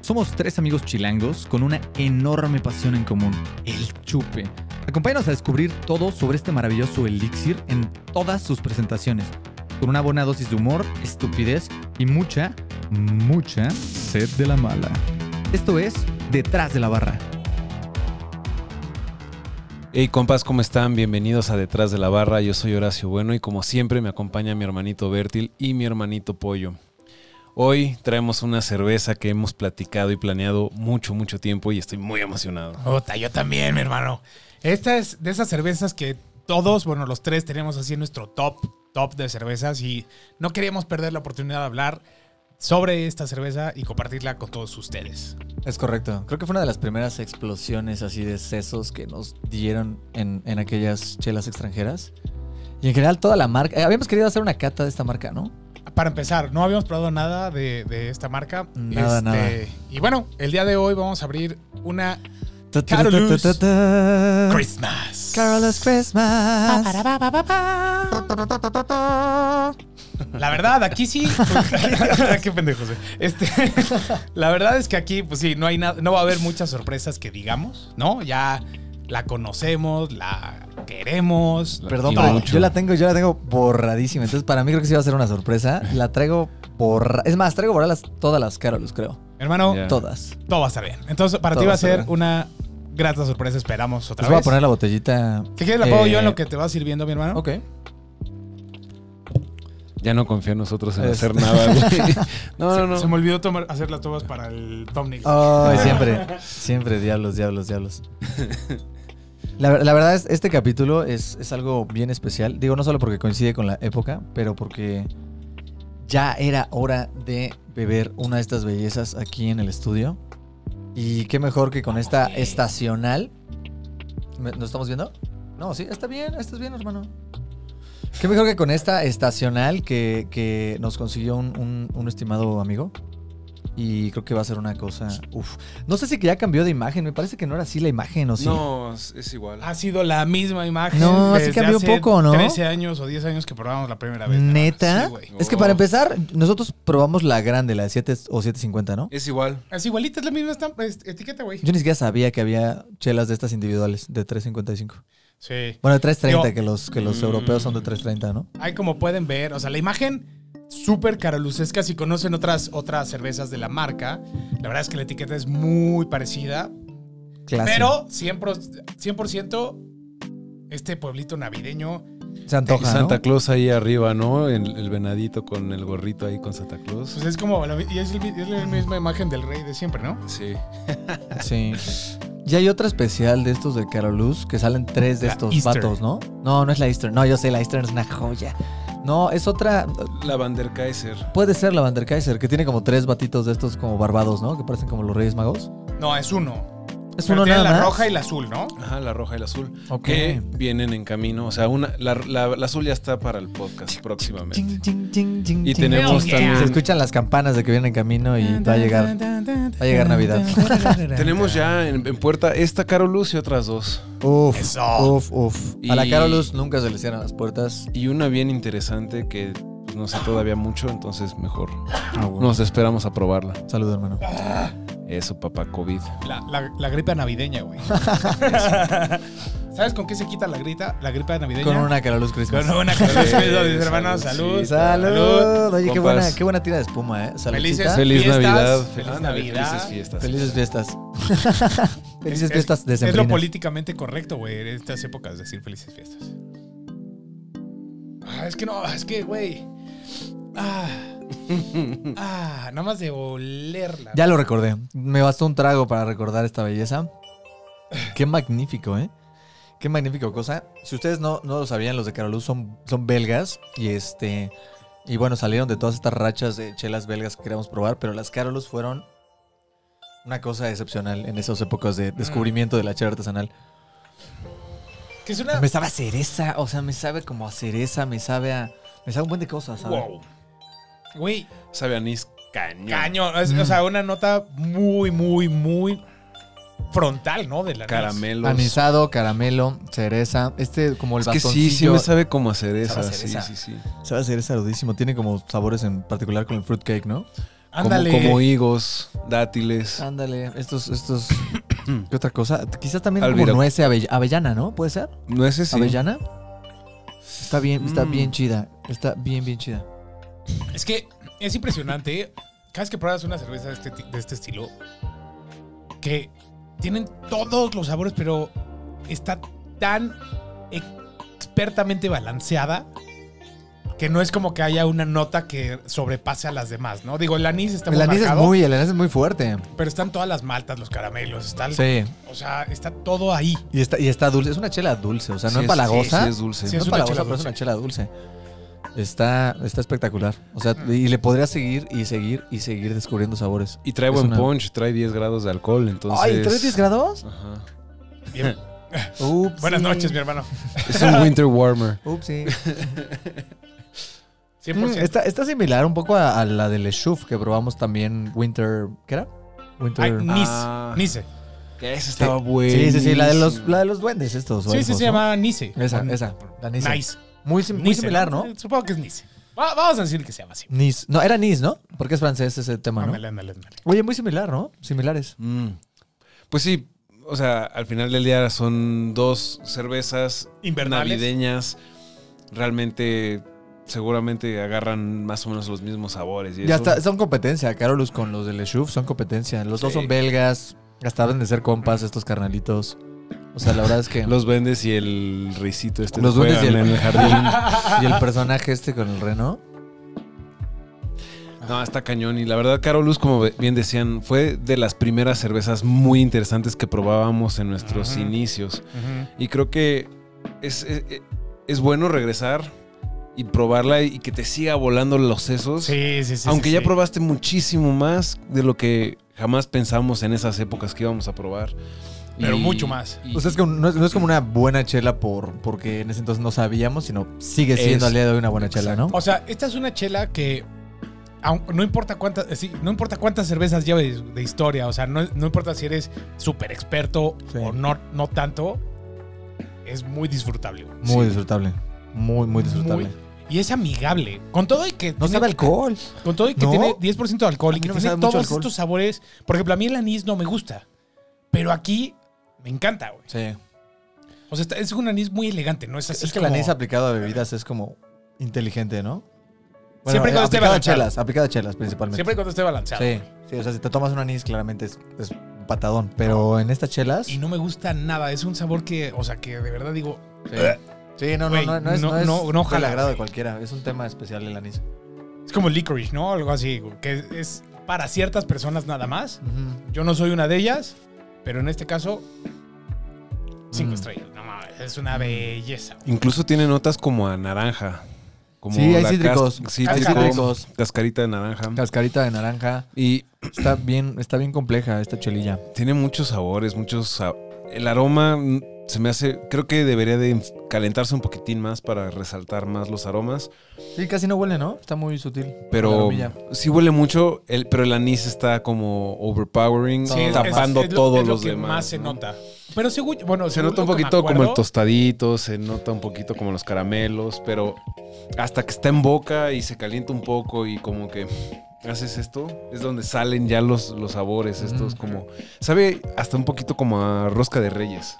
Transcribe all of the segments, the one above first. Somos tres amigos chilangos con una enorme pasión en común, el chupe. Acompáñanos a descubrir todo sobre este maravilloso elixir en todas sus presentaciones, con una buena dosis de humor, estupidez y mucha, mucha sed de la mala. Esto es Detrás de la Barra. Hey compas, ¿cómo están? Bienvenidos a Detrás de la Barra. Yo soy Horacio Bueno y como siempre me acompaña mi hermanito Bertil y mi hermanito Pollo. Hoy traemos una cerveza que hemos platicado y planeado mucho, mucho tiempo y estoy muy emocionado. Ota, yo también, mi hermano. Esta es de esas cervezas que todos, bueno, los tres tenemos así en nuestro top, top de cervezas y no queríamos perder la oportunidad de hablar sobre esta cerveza y compartirla con todos ustedes. Es correcto. Creo que fue una de las primeras explosiones así de sesos que nos dieron en, en aquellas chelas extranjeras. Y en general toda la marca. eh, habíamos querido hacer una cata de esta marca, ¿no? Para empezar, no habíamos probado nada de, de esta marca. Este, Nada, nada. Y bueno, el día de hoy vamos a abrir una Ta, ta, ta, Carolus ta, ta, ta. Christmas. Carolus Christmas. La verdad, aquí sí. Qué pendejos. eh. Este, la verdad es que aquí, pues sí, no hay nada, no va a haber muchas sorpresas que digamos, ¿no? Ya la conocemos, la queremos. Perdón, Tiene pero mucho. yo la tengo, yo la tengo borradísima. Entonces, para mí creo que sí va a ser una sorpresa. La traigo borra. Es más, traigo borradas todas las Carolus, creo. Hermano, Ya. Todas. todo va a estar bien. Entonces, para ti Todo va va a a estar ser bien. una grata sorpresa. Esperamos otra Les voy a vez. poner la botellita. Si quieres, la pongo eh, yo en lo que te va sirviendo, mi hermano. Ok. Ya no confía en nosotros en Este. hacer nada. güey. No, no, Se no. me olvidó tomar, hacer las tomas para el Tomnic. Ay, siempre, siempre, diablos, diablos, diablos. La, ver- la verdad es, este capítulo es, es algo bien especial. Digo, no solo porque coincide con la época, pero porque ya era hora de beber una de estas bellezas aquí en el estudio. Y qué mejor que con esta estacional. ¿Me- ¿Nos estamos viendo? No, sí, está bien, estás bien, hermano. Qué mejor que con esta estacional que, que nos consiguió un, un- un estimado amigo. Y creo que va a ser una cosa. Uf. No sé si que ya cambió de imagen. Me parece que no era así la imagen, ¿o sí? No, es es igual. Ha sido la misma imagen. No, sí desde cambió hace poco, ¿no? 13 años o 10 años que probamos la primera vez. mi hermano. Neta. Sí, güey. es que para Oh. empezar, nosotros probamos la grande, la de 7 o 750, ¿no? Es igual. Es igualita, es la misma estampa, es- etiqueta, güey. Yo ni siquiera sabía que había chelas de estas individuales de 355. Sí. Bueno, de 330, Yo- que los, que los Mm. europeos son de 330, ¿no? Ahí como pueden ver, o sea, la imagen súper caralucesca. Si conocen otras, otras cervezas de la marca, la verdad es que la etiqueta es muy parecida. Clase. Pero 100%, 100% este pueblito navideño. se Y antoja. ¿no? Santa Claus ahí arriba, ¿no? El, el venadito con el gorrito ahí con Santa Claus. Pues es como, la, y es, el- es la misma imagen del rey de siempre, ¿no? Sí. Sí. Y hay otra especial de estos de Carolus que salen tres de La estos Easter. vatos, ¿no? No, no es la Eastern. No, yo sé, la Eastern es una joya. No, es otra. La Vanderkaiser. Puede ser la Van der Kaiser, que tiene como tres batitos de estos como barbados, ¿no? Que parecen como los Reyes Magos. No, es uno. Es Pero uno tiene nada la más. roja y la azul, ¿no? Ajá, la roja y la azul. Ok. que vienen en camino. O sea, una, la, la- la azul ya está para el podcast próximamente. Ching, ching, ching, ching, Y ching. tenemos Hell yeah. Se también. escuchan las campanas de que vienen en camino y va a llegar. Va a llegar Navidad. Tenemos ya en, en puerta esta Carolus y otras dos. Uf, Eso. uf, uf. A la Y- Carolus nunca se le cierran las puertas. Y una bien interesante que pues, no sé todavía mucho, entonces mejor Ah, bueno. nos esperamos a probarla. Salud, hermano. Eso, papá COVID. La, la- la gripe navideña, güey. ¿Sabes con qué se quita la grita, la gripe navideña? Con una Carolus Christmas. Con una Sí, mis hermanos, salud. salud, Salud. Oye, qué Compas. buena, qué buena tira de espuma, ¿eh? Saludcita. Feliz Felices- Ah, Fiestas, Navidad. feliz Ándale, Navidad. Felices fiestas. Felices fiestas. Es- Felices es- fiestas de Es lo políticamente correcto, güey, en estas épocas, decir felices fiestas. Ah, es que no, es que, güey. Ah, ah, nada más de olerla. Ya lo recordé. Me bastó un trago para recordar esta belleza. Qué magnífico, ¿eh? Qué magnífico cosa. Si ustedes no, no lo sabían, los de Carolus son, son belgas y este... Y bueno, salieron de todas estas rachas de chelas belgas que queríamos probar, pero las Carolus fueron una cosa excepcional en esas épocas Mm. de descubrimiento de la chela artesanal. Que es una. Me sabe a cereza, o sea, me sabe como a cereza, me sabe a... Me sabe un buen de cosas, ¿sabes? Wow. Güey, Sabe a anís cañón. cañón. Es- O Mm. sea, una nota muy, muy, muy frontal, ¿no? De la Caramelos. Anisado, caramelo, cereza. Este como el es que sí, sí bastoncillo. me sabe como a cereza. Sabe a sí, cereza. sí, sí. Sabe a cereza rudísimo. Tiene como sabores en particular con el fruitcake, ¿no? Como, Ándale. como higos, Ah. dátiles. Ándale, estos, estos. ¿Qué otra cosa? Quizás también Albiro. como nuez avell- avellana, ¿no? ¿Puede ser? Nueces, sí. ¿Avellana? Está bien, está Mm. bien chida. Está bien, bien chida. Es que es impresionante. ¿eh? Cada vez que pruebas una cerveza de este, ti- de este estilo, que tienen todos los sabores, pero está tan expertamente balanceada que no es como que haya una nota que sobrepase a las demás, ¿no? Digo, el anís está El muy anís, es marcado, muy, el anís es muy fuerte. pero están todas las maltas, los caramelos, está, el- Sí. o sea, está todo ahí. Y está, y está dulce. Es una chela dulce. O sea, Sí no es empalagosa. Sí, sí es dulce. Sí, no es es una empalagosa, chela pero es dulce. una chela dulce. Está, está espectacular. O sea, Mm. y le podría seguir y seguir y seguir descubriendo sabores. Y trae Es buen una- punch, trae 10 grados de alcohol, entonces... Ay, ¿tres 10 grados? Ajá. Bien. Ups. Buenas noches, mi hermano. Mm, Es un winter warmer. Ups, 100%. Mm, está, está similar un poco a, a la del Eshuf que probamos también Winter. ¿Qué era? Winter. Ay, nice, Ah. nice. Esa estaba buena. sí, sí, sí, la de los, la de los duendes estos. Sí, sí, elfos, se ¿no? llama Nice. Esa, Con- esa. La Nice. Nice. Muy, sim- muy Nice, similar, ¿no? Eh, Supongo que es Nice. Va- vamos a decir que se llama así. Nice. No, era Nice, ¿no? Porque es francés ese tema, ¿no? Ándale, ándale, ándale. Oye, muy similar, ¿no? Similares. Mm. Pues sí, o sea, al final del día son dos cervezas Invernales. navideñas. Realmente, seguramente agarran más o menos los mismos sabores. y Ya eso. está, son competencia. Carolus con los del Eshuf son competencia. Los dos Sí. son belgas. Gastaban de ser compas estos carnalitos. O sea, la verdad es que. Los vendes y el risito este. Los duendes y juegan el- en el jardín. y el personaje este con el reno. no, está cañón. Y la verdad, Carolus, como bien decían, fue de las primeras cervezas muy interesantes que probábamos en nuestros Ajá. inicios. Ujú. Y creo que es, es, es bueno regresar y probarla y que te siga volando los sesos. Sí, sí, sí. Aunque sí, ya sí. probaste muchísimo más de lo que jamás pensamos en esas épocas que íbamos a probar. Pero mucho más. y- O sea, es como- no, es, no es como una buena chela por, porque en ese entonces no sabíamos, sino sigue Es- siendo al día de hoy una buena chela, ¿no? O sea, esta es una chela que aun- no importa cuántas, eh, sí, no importa cuántas cervezas lleves de historia, o sea, no, no importa si eres súper experto Sí. o no, no tanto, es muy disfrutable. güey. Muy Sí. disfrutable. Muy, muy disfrutable. Muy- y es amigable. Con todo y que No tiene, sabe alcohol. con todo y que ¿No? tiene 10% de alcohol A y mí que no me tiene sabe mucho todos alcohol. estos sabores, por ejemplo, a mí el anís no me gusta, pero aquí me encanta, güey. Sí. O sea, está- es un anís muy elegante, no es así Es que el como- anís aplicado a bebidas es como inteligente, ¿no? Siempre y cuando esté aplicado a balanceado. chelas, aplicado a chelas principalmente. Siempre y cuando esté balanceado. Sí, sí, o sea, si te tomas un anís, claramente es, es un patadón. Pero en estas chelas. Y no me gusta nada. Es un sabor que, o sea, que de verdad digo, sí. Sí, no, no, Güey, no, no es, no- no, es no- no del jala, agrado de güey. cualquiera. Es un tema especial el anís. es como licorice, ¿no? Algo así, güey, que es para ciertas personas nada más. Yo no soy una de ellas, pero en este caso, cinco Mm. estrellas. No mames, es Mm. una belleza. güey. Incluso tiene notas como a naranja. Como Sí, hay la cas- cítricos. Sí, Hay cítrico, cítricos. Cascarita de naranja. Cascarita de naranja. Y Está bien, está bien compleja esta chelilla. Tiene muchos sabores, muchos. sa- El aroma mm, se me hace. Creo que debería de inf- calentarse un poquitín más para resaltar más los aromas. Sí, casi no huele, ¿no? Está muy sutil. El Pero aromilla. sí huele mucho, el, pero el anís está como overpowering, Sí, es- tapando lo- todos es lo los que demás. Más se ¿no? nota. Pero según, bueno, Se según nota un lo que me poquito como el acuerdo, tostadito, se nota un poquito como los caramelos, pero hasta que está en boca y se calienta un poco y como que haces esto, es donde salen ya los, los sabores estos Mm. como... Sabe hasta un poquito como a rosca de reyes.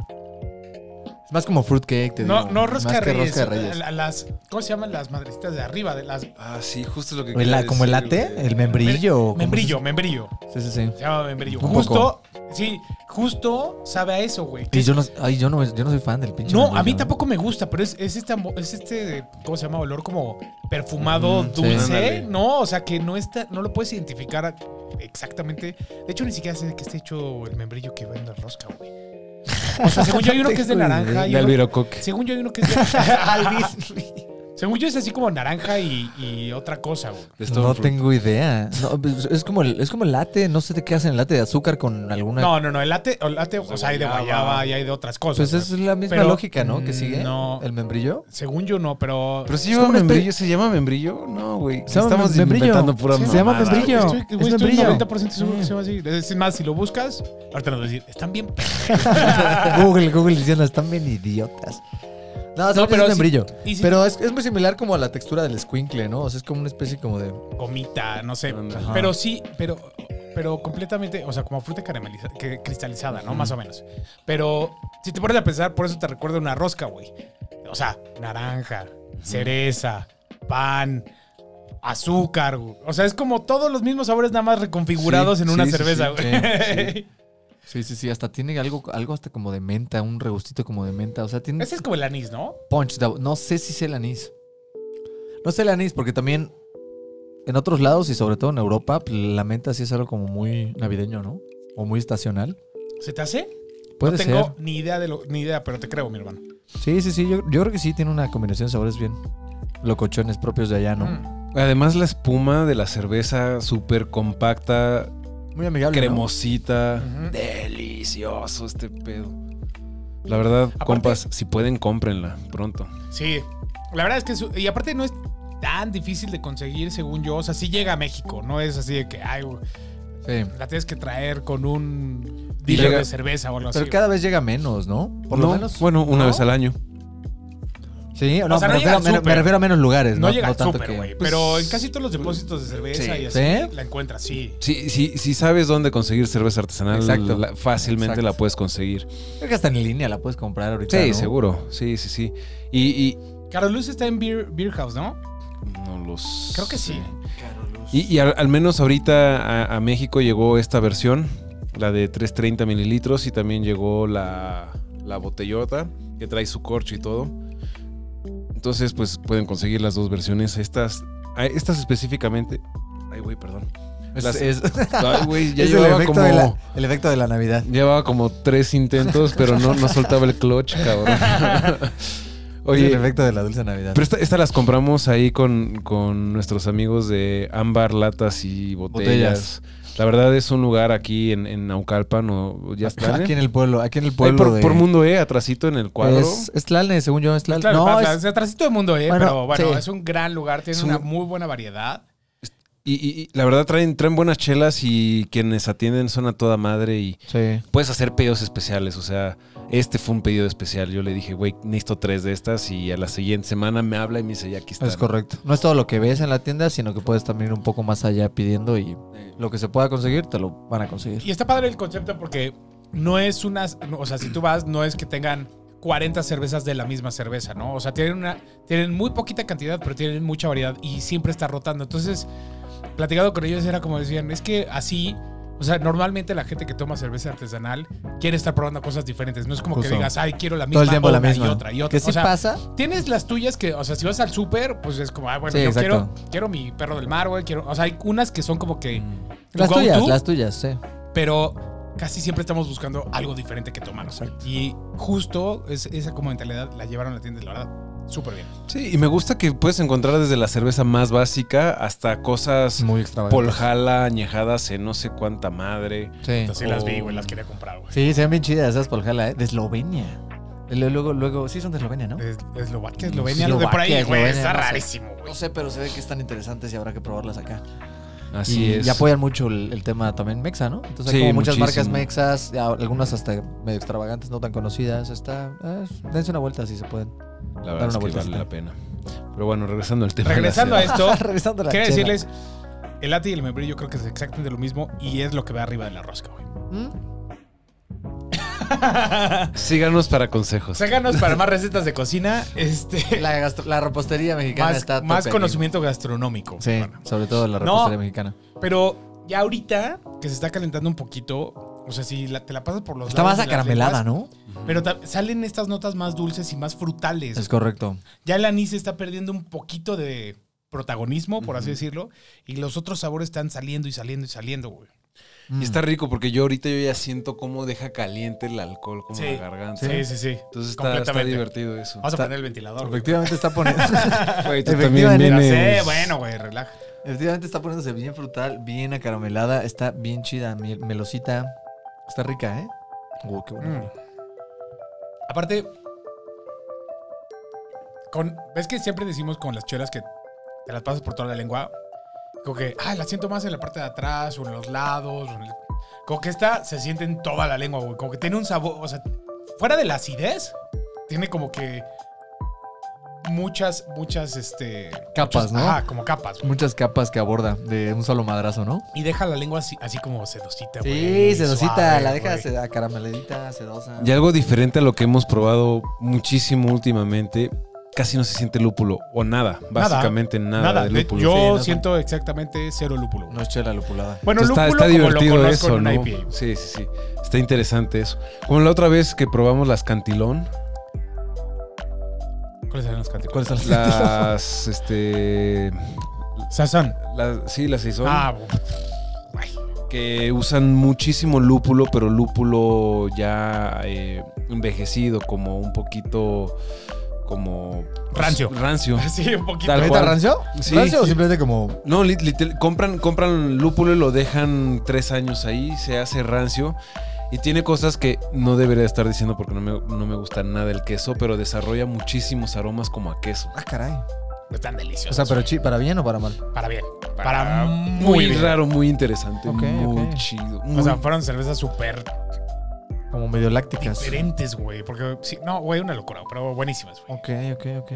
Es más como fruitcake, te No, digo. no, más rosca que reyes. rosca de reyes. la- Las, ¿Cómo se llaman las madrecitas de arriba? De las, Ah, sí, justo lo que El- la- como el latte, el membrillo. ¿cómo membrillo, membrillo. se- Sí, sí, sí. Se llama membrillo. Un Justo, sí, justo sabe a eso, güey. Y yo no, ay, yo no, yo no soy fan del pinche. No, membrillo, a mí ¿eh? tampoco me gusta, pero es, es este, ambo- es este, ¿cómo se llama? Olor como perfumado, Mm, sí. dulce, Ándale. ¿no? O sea, que no está, no lo puedes identificar a- exactamente. De hecho, ni siquiera sé que esté hecho el membrillo que vende rosca, güey. O sea, según yo hay uno que es de naranja. y De uno- albirocoque. según yo hay uno que es de... según yo es así como naranja y, y otra cosa, güey. de No Stormfront. tengo idea. No, pues, es, como el, es como el latte. No sé de qué hacen el latte de azúcar con alguna. No, no, no, el latte, el latte, o de sea, hay de guayaba. guayaba y hay de otras cosas. pues es güey. la misma Pero- mm, lógica, ¿no? Que sigue. no. El membrillo. Según yo no, pero... Pero si Es lleva como una membrillo, ¿se llama membrillo? No, güey. Se llama Estamos membrillo. inventando pura Se llama mamada, membrillo. güey. Estoy, Es güey, estoy membrillo. 90% seguro que se llama así. Es más, si lo buscas, ahorita nos va a decir, están bien Google, Google diciendo, están bien idiotas. No, No, pero pero Ah, es sí- membrillo. y sí- Pero es, es muy similar como a la textura del squinkle, ¿no? O sea, es como una especie como de... gomita, no sé. Ajá. Pero sí, pero, pero completamente, o sea, como fruta carameliza, que- cristalizada, ¿no? Más o menos. Pero si te pones a pensar, por eso te recuerda una rosca, güey. O sea, naranja, cereza, pan, azúcar, güey. O sea, es como todos los mismos sabores nada más reconfigurados Sí, en una sí, sí, cerveza, sí, güey. sí, Sí, sí, sí. Hasta tiene algo, algo hasta como de menta, un regustito como de menta. O sea, tiene Ese es como el anís, ¿no? punch. de- No sé si es el anís. No sé el anís, porque también en otros lados y sobre todo en Europa, pues, la menta sí es algo como muy navideño, ¿no? O muy estacional. ¿Se te hace? Puede no tengo ser. ni idea de lo, ni idea, pero te creo, mi hermano. Sí, sí, sí. Yo, yo creo que sí tiene una combinación de sabores bien locochones propios de allá, ¿no? Mm. Además, la espuma de la cerveza súper compacta, Muy amigable. ¿no? cremosita. Ujú. Delicioso este pedo. La verdad, Aparte- compas, si pueden, cómprenla pronto. Sí, la verdad es que, su- y aparte no es tan difícil de conseguir, según yo. O sea, sí llega a México, no es así de que, ay, güey, Sí. la tienes que traer con un dealer Llega- de cerveza o algo Pero así. cada vez llega menos, ¿no? Por lo No, menos. Bueno, una ¿no? vez al año. Sí, no, sea, no me, llega refiero, al me- me súper. refiero a menos lugares, no, ¿no? llega no pues al súper, güey. Pero en casi todos los depósitos de cerveza Sí. y así ¿Sí? la encuentras, sí. Si, si, si sabes dónde conseguir cerveza artesanal, Exacto. la- fácilmente Exacto. la puedes conseguir. Creo que hasta en línea la puedes comprar ahorita. Sí, ¿no? seguro. Sí, sí, sí. Y, y- Carol Luz está en Beer, Beer House, ¿no? no los. Creo que sí. Y, y al, al menos ahorita a, a México llegó esta versión, la de 330 mililitros, y también llegó la, la botellota, que trae su corcho y todo. Entonces, pues pueden conseguir las dos versiones. Estas, a- estas específicamente. Ay, güey, perdón. Es, Las- es- Ay, güey, ya es el, llevaba efecto como. de la, el efecto de la Navidad. Llevaba como tres intentos, pero no, no soltaba el clutch, cabrón. Oye, el Oye, efecto de la dulce Navidad. pero esta- estas las compramos ahí con, con nuestros amigos de Ámbar, Latas y botellas. La verdad es un lugar aquí en, en Naucalpan, o ya está. ¿eh? aquí en el pueblo, aquí en el Ahí pueblo. por, de- por Mundo E, atrasito en el cuadro. Es, es Tlalne, según yo, es Tlalne. Claro, no, para- es- para- atrásito del mundo, ¿eh? Bueno, pero bueno, sí. es un gran lugar, tiene Es un- una muy buena variedad. Y, y- y la verdad traen, traen buenas chelas y quienes atienden son a toda madre y sí. puedes hacer pedidos especiales. O sea, este fue un pedido especial. Yo le dije, güey, necesito tres de estas y a la siguiente semana me habla y me dice, ya aquí está. Es correcto. No es todo lo que ves en la tienda, sino que puedes también ir un poco más allá pidiendo y lo que se pueda conseguir te lo van a conseguir. Y está padre el concepto porque no es unas, no, o sea, si tú vas, no es que tengan 40 cervezas de la misma cerveza, ¿no? O sea, tienen una, tienen muy poquita cantidad, pero tienen mucha variedad y siempre está rotando. Entonces, platicado con ellos era como decían, es que así, o sea, normalmente la gente que toma cerveza artesanal quiere estar probando cosas diferentes. No es como Justo. que digas, ay, quiero la misma, Todo el tiempo la una misma. y otra y otra. Que sí o sea, pasa. tienes las tuyas que, o sea, si vas al súper, pues es como, ah, bueno, Sí, yo quiero, exacto. Mm. quiero mi perro del mar, güey, quiero, o sea, hay unas que son como que tu Las go-to, tuyas, las tuyas, sí. pero casi siempre estamos buscando algo diferente que tomar. Y justo es- esa como mentalidad la llevaron a la tienda, y la verdad, súper bien. Sí, y me gusta que puedes encontrar desde la cerveza más básica hasta cosas Muy extravagante. poljala añejadas en no sé cuánta madre. Sí. Entonces, sí las vi, güey, las quería comprar, güey. Sí, se ven bien chidas esas poljala, ¿eh? De Eslovenia. Lo- Luego, luego, sí son de Eslovenia, ¿no? Es, Eslovaquia, Eslovenia, lo de por Eslovaquia, ahí, güey, Eslovenia, está no sé. rarísimo, güey. No sé, pero se ve que están interesantes y habrá que probarlas acá. Así y, es. y apoyan mucho el, el tema también mexa, ¿no? Entonces Sí, hay como muchas muchísimo. marcas mexas, ya algunas hasta medio extravagantes, no tan conocidas. Está, eh, dense una vuelta si se pueden. La dar verdad es una que vuelta vale está. la pena. Pero bueno, regresando al tema. de la Regresando a cerveza. esto, Regresando a la quiero chela. decirles, el latte y el membrillo yo creo que es exactamente lo mismo y es lo que va arriba de la rosca, güey. ¿Mm? este. Síganos para consejos. Sácanos para más recetas de cocina, este, La, gastro- la repostería mexicana más, está a más tope, conocimiento gastronómico. amigo. Sí, hermano. sobre todo la No. repostería mexicana. Pero ya ahorita, que se está calentando un poquito, o sea, si la- te la pasas por los Está lados más de las acaramelada, lenguas, ¿no? Pero ta- salen estas notas más dulces y más frutales. Es correcto. Ya el anís está perdiendo un poquito de protagonismo, por así decirlo, y los otros sabores están saliendo y saliendo y saliendo, güey. Mm. Y está rico porque yo ahorita yo ya siento cómo deja caliente el alcohol como Sí. la garganta. Sí, sí, sí. Entonces está, completamente. está divertido eso. Vamos a Está- poner el ventilador. güey. Efectivamente está poniendo. Güey, tú Efectivamente. también Ya vienes- sé, bueno, güey, relaja. Efectivamente está poniéndose bien frutal, bien acaramelada, está bien chida, miel- melosita. Está rica, ¿eh? Wow, qué bueno. Mm. Aparte, con, ¿ves que siempre decimos con las chelas que te las pasas por toda la lengua? Como que, ah, la siento más en la parte de atrás o en los lados. o en el- Como que esta se siente en toda la lengua, güey. Como que tiene un sabor, o sea, fuera de la acidez, tiene como que muchas, muchas, este... muchas- Capas, ¿no? Ajá, como capas. güey. Muchas capas que aborda de un solo madrazo, ¿no? Y deja la lengua así, así como sedosita, güey. Sí, sedosita, suave, la deja güey. seda- carameladita, sedosa. Y algo diferente a lo que hemos probado muchísimo últimamente, casi no se siente lúpulo o nada, básicamente nada, Nada, de de- lúpulo. yo Sí, nada. siento exactamente cero lúpulo. güey. No es chela lupulada. Bueno, Entonces, lúpulo está, está como divertido lo conozco eso, en ¿no? una IPA. güey. Sí, sí, sí. Está interesante eso. Como la otra vez que probamos las cantilón, ¿Cuáles eran los cánticos? ¿Cuáles son las las, este, Sazón. las, sí, las seis Ah, bu- que usan muchísimo lúpulo, pero lúpulo ya eh, envejecido, como un poquito, como pues, Rancio. rancio. sí, un poquito. Tal ¿Neta, cual. rancio? Sí, ¿Rancio o sí. simplemente como No, lit- literal, compran, compran lúpulo y lo dejan tres años ahí, se hace rancio y tiene cosas que no debería estar diciendo porque no me, no me gusta nada el queso, pero desarrolla muchísimos aromas como a queso. Ah, caray. Están deliciosos. O sea, pero chi- ¿para bien o para mal? para bien. Para, Para- muy, Muy, bien. raro, muy interesante, Ok, muy ok. chido. O muy- sea, fueron cervezas súper Como medio lácticas. diferentes, güey. Porque, sí, no, güey, una locura, pero buenísimas, güey. Ok, ok, ok.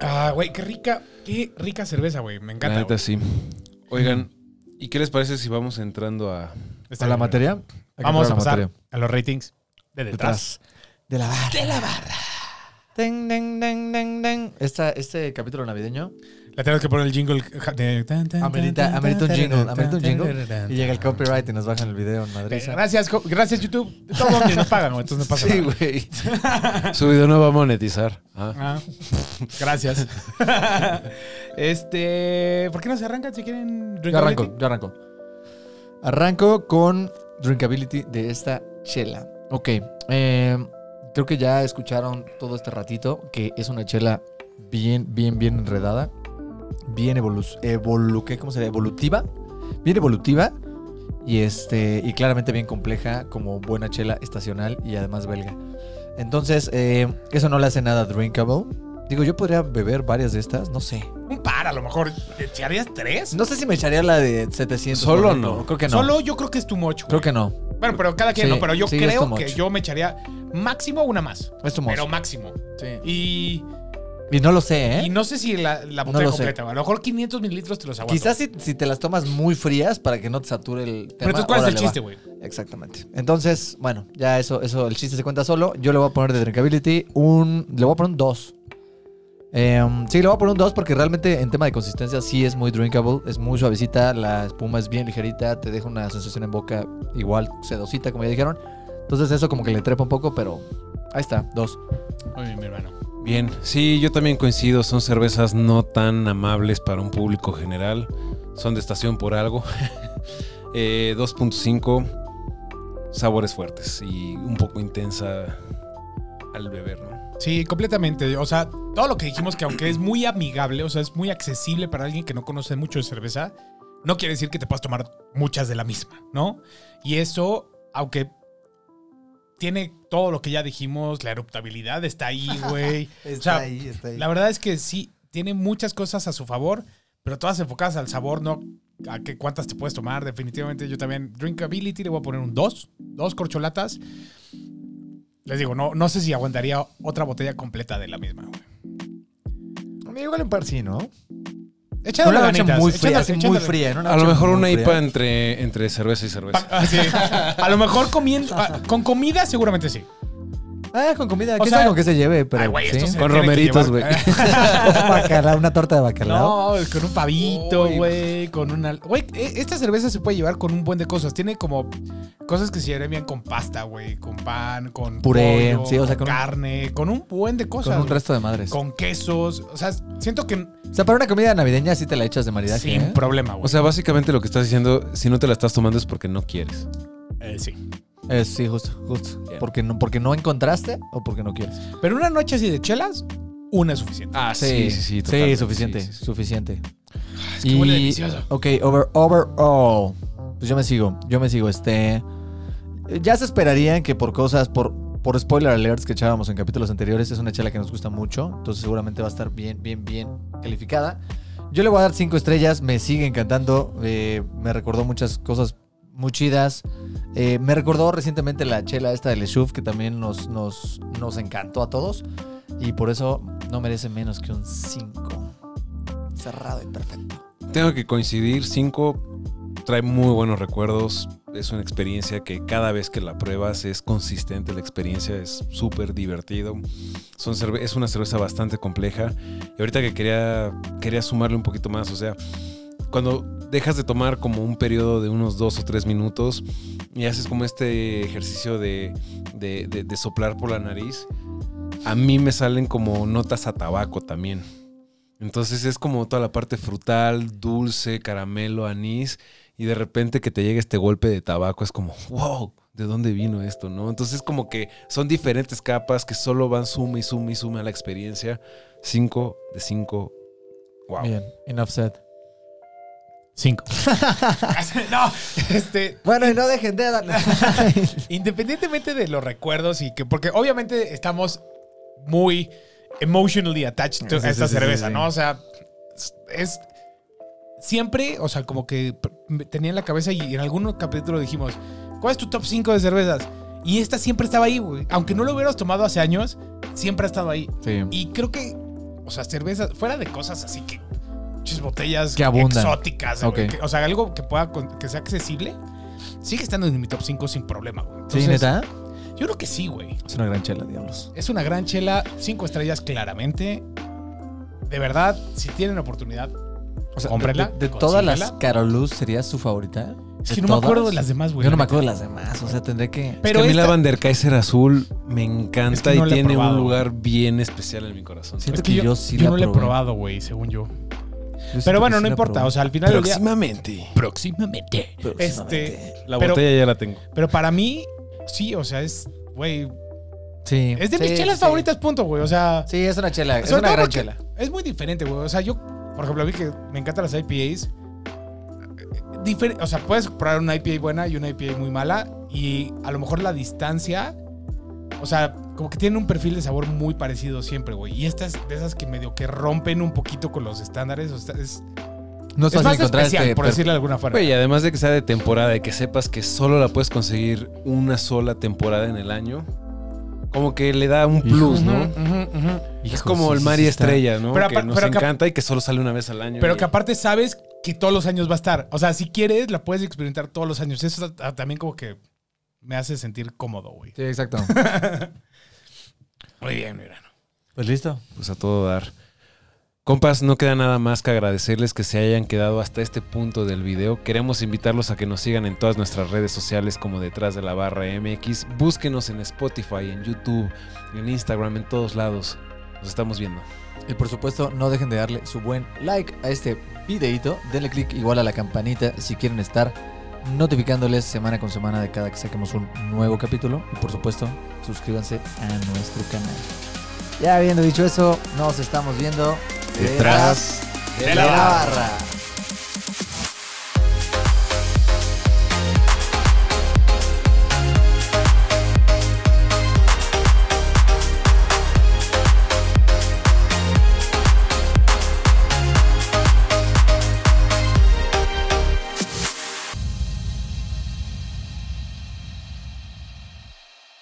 Ah, güey, qué rica, qué rica cerveza, güey. Me la encanta. neta güey. sí. Oigan, ¿y qué les parece si vamos entrando a Está ¿A la bien, materia? Hay que Vamos a entrar pasar la materia. a los ratings de detrás. Detrás. De la barra. De la barra. Ding, ding, ding, ding, ding. Esta- este capítulo navideño. La tenemos que poner el jingle. ja, de- tan, tan, Amerita- tan, amerita un tan, jingle, tan, amerita un tan, jingle, tan, tan, Y llega el tan. copyright y nos bajan el video en Madrid. Eh, Gracias, co- gracias YouTube. Todo que nos pagan, güey, entonces no pasa Sí, nada. güey. Su video no va a monetizar. Ah. Ah, gracias. este, ¿por qué no se arrancan si quieren? Yo arranco, drinkability? yo arranco. Arranco con drinkability de esta chela. Ok. eh, creo que ya escucharon todo este ratito que es una chela bien, bien, bien enredada. Bien evolu evolu ¿qué? ¿cómo se llama? evolutiva. Bien evolutiva. Y, este, y claramente bien compleja como buena chela estacional y además belga. Entonces, eh, eso no le hace nada drinkable. Digo, yo podría beber varias de estas, no sé. Un par, a lo mejor. eh, ¿Te te harías tres? No sé si me echaría la de 700. Solo por ejemplo. no. Creo que no. Solo yo creo que es tu mocho. Creo que no. Bueno, pero cada quien Sí, no, pero yo sí, es too creo much. que yo me echaría máximo una más. Es tu Pero mozo. máximo. Y, Y no lo sé, y ¿eh? no sé si la, la No botella lo sé. completa. güey. A lo mejor 500 mililitros te los aguanto. Quizás si, si te las tomas muy frías para que no te sature el tema. Pero entonces, ¿cuál es el órale, va. chiste, güey? Exactamente. Entonces, bueno, ya eso, eso, el chiste se cuenta solo. Yo le voy a poner de drinkability un. Le voy a poner un 2. Em, sí, le voy a poner un 2 porque realmente en tema de consistencia sí es muy drinkable, es muy suavecita, la espuma es bien ligerita, te deja una sensación en boca igual sedosita, como ya dijeron. Entonces eso como que le trepa un poco, pero ahí está, 2. Muy bien, mi hermano. Bien, sí, yo también coincido, son cervezas no tan amables para un público general, son de estación por algo. Eh, 2.5, sabores fuertes y un poco intensa al beber, ¿no? Sí, completamente. O sea, todo lo que dijimos que aunque es muy amigable, o sea, es muy accesible para alguien que no conoce mucho de cerveza, no quiere decir que te puedas tomar muchas de la misma, ¿no? Y eso, aunque tiene todo lo que ya dijimos, la eruptabilidad está ahí, güey. Está ahí, está La verdad es que sí, tiene muchas cosas a su favor, pero todas enfocadas al sabor, no a qué cuántas te puedes tomar. Definitivamente yo también, Drinkability, le voy a poner un 2, dos corcholatas. Les digo, no, no sé si aguantaría otra botella completa de la misma, güey. A mí igual en par sí, ¿no? Echándole Una noche ganitas, muy fría, echándole- así muy echándole- fría. en A lo noche mejor muy una fría. IPA entre, entre cerveza y cerveza. Pa- ah, sí. A lo mejor comiendo, ah, con comida seguramente sí. Ah, con comida. O ¿Quién sea- sabe con qué se lleve? Pero, Ay, güey, sí. esto se Con tiene que romeritos, llevar- güey. Un bacalao, una torta de bacalao. No, con un pavito, Uy. güey, con una... Güey, e- esta cerveza se puede llevar con un buen de cosas. Tiene como cosas que se llevan bien con pasta, güey, con pan, con Puré, sí, o sea, con con un- carne, con un buen de cosas. con un güey. resto de madres. Con quesos. O sea, siento que O sea, para una comida navideña sí te la echas de maridaje. sin ¿eh? problema, güey. O sea, básicamente lo que estás diciendo, si no te la estás tomando es porque no quieres. Eh, sí. Eh, sí, justo, justo. Bien. Porque no, porque no encontraste o porque no quieres. Pero una noche así de chelas, una es suficiente. Ah, Sí, suficiente, suficiente. es que huele delicioso. Ok, over, overall. Pues yo me sigo, yo me sigo. Este. Ya se esperarían que por cosas, por, por spoiler alerts que echábamos en capítulos anteriores, es una chela que nos gusta mucho. Entonces seguramente va a estar bien, bien, bien calificada. Yo le voy a dar cinco estrellas, me sigue encantando. eh, me recordó muchas cosas muy chidas. Eh, me recordó recientemente la chela esta de Leshuf, que también nos, nos, nos encantó a todos. Y por eso no merece menos que un 5. Cerrado y perfecto. Tengo que coincidir, 5 trae muy buenos recuerdos. Es una experiencia que cada vez que la pruebas es consistente, la experiencia es súper divertido. Son cerve- es una cerveza bastante compleja. Y ahorita que quería, quería sumarle un poquito más, o sea, cuando dejas de tomar como un periodo de unos dos o tres minutos y haces como este ejercicio de, de- de- de soplar por la nariz, a mí me salen como notas a tabaco también. Entonces es como toda la parte frutal, dulce, caramelo, anís, y de repente que te llegue este golpe de tabaco es como, wow, ¿de dónde vino esto? ¿No? Entonces como que son diferentes capas que solo van suma y suma y suma a la experiencia. Cinco de cinco. Wow. Bien, enough said. Cinco. no, este, Bueno, y no dejen de darle. independientemente de los recuerdos y que, porque obviamente estamos muy emotionally attached to- Sí, a sí, esta sí, cerveza, sí, sí. ¿no? O sea, es- es siempre, o sea, como que pr- tenía en la cabeza y en algún capítulo dijimos, ¿cuál es tu top 5 de cervezas? Y esta siempre estaba ahí, güey. Aunque no lo hubieras tomado hace años, siempre ha estado ahí. sí. Y creo que, o sea, cervezas, fuera de cosas así que, muchas botellas Que abundan. exóticas, güey, Ok. que- o sea, algo que pueda, con- que sea accesible, sigue estando en mi top 5 sin problema, güey. Sí, Entonces, neta. Yo creo que sí, güey. Es una gran chela, diablos. Es una gran chela, cinco estrellas claramente. De verdad, si tienen oportunidad, O sea, Cómprenla, de, de todas las consíguela. Carolus sería su favorita. es ¿De que no me acuerdo todas? de las demás, güey. Yo la no me neta. acuerdo de las demás. O sea, tendré que. Pero Camila esta- Van der Kaiser Azul me encanta Es que no y la he tiene probado. un lugar bien especial en mi corazón. Siento es que yo, sí yo la no la he probé. probado, güey, según yo. Yo siento Pero que bueno, no sí la importa. probé. O sea, al final del día. Próximamente. Próximamente. este, Próximamente. La Pero- botella ya la tengo. Pero para mí, sí, o sea, es, güey. Sí. Es de Sí, mis chelas sí. favoritas, punto, güey. O sea, Sí, es una chela. Es Sobre una todo gran porque chela. Es muy diferente, güey. O sea, yo, por ejemplo, vi que me encantan las IPAs. Difer- o sea, puedes probar una IPA buena y una IPA muy mala. Y a lo mejor la distancia. O sea, como que tienen un perfil de sabor muy parecido siempre, güey. Y estas de esas que medio que rompen un poquito con los estándares. O sea, es, No es más especial, este por per- decirlo de alguna forma. Güey, además de que sea de temporada y que sepas que solo la puedes conseguir una sola temporada en el año, como que le da un plus, Ujú, ¿no? ujú, ujú. Es Hijo, como sí, el sí, mar sí y está. estrella, ¿no? Pero que apa- nos pero que- encanta y que solo sale una vez al año. Pero y- que aparte sabes que todos los años va a estar. O sea, si quieres, la puedes experimentar todos los años. Eso ta- también como que me hace sentir cómodo, güey. Sí, exacto. Muy bien, mira. pues listo. Pues a todo dar. Compas, no queda nada más que agradecerles que se hayan quedado hasta este punto del video. Queremos invitarlos a que nos sigan en todas nuestras redes sociales como detrás de la barra MX. Búsquenos en Spotify, en YouTube, en Instagram, en todos lados. Nos estamos viendo. Y por supuesto, no dejen de darle su buen like a este videito. Denle click igual a la campanita si quieren estar notificándoles semana con semana de cada que saquemos un nuevo capítulo. Y por supuesto, suscríbanse a nuestro canal. Ya habiendo dicho eso, nos estamos viendo Detrás de la barra.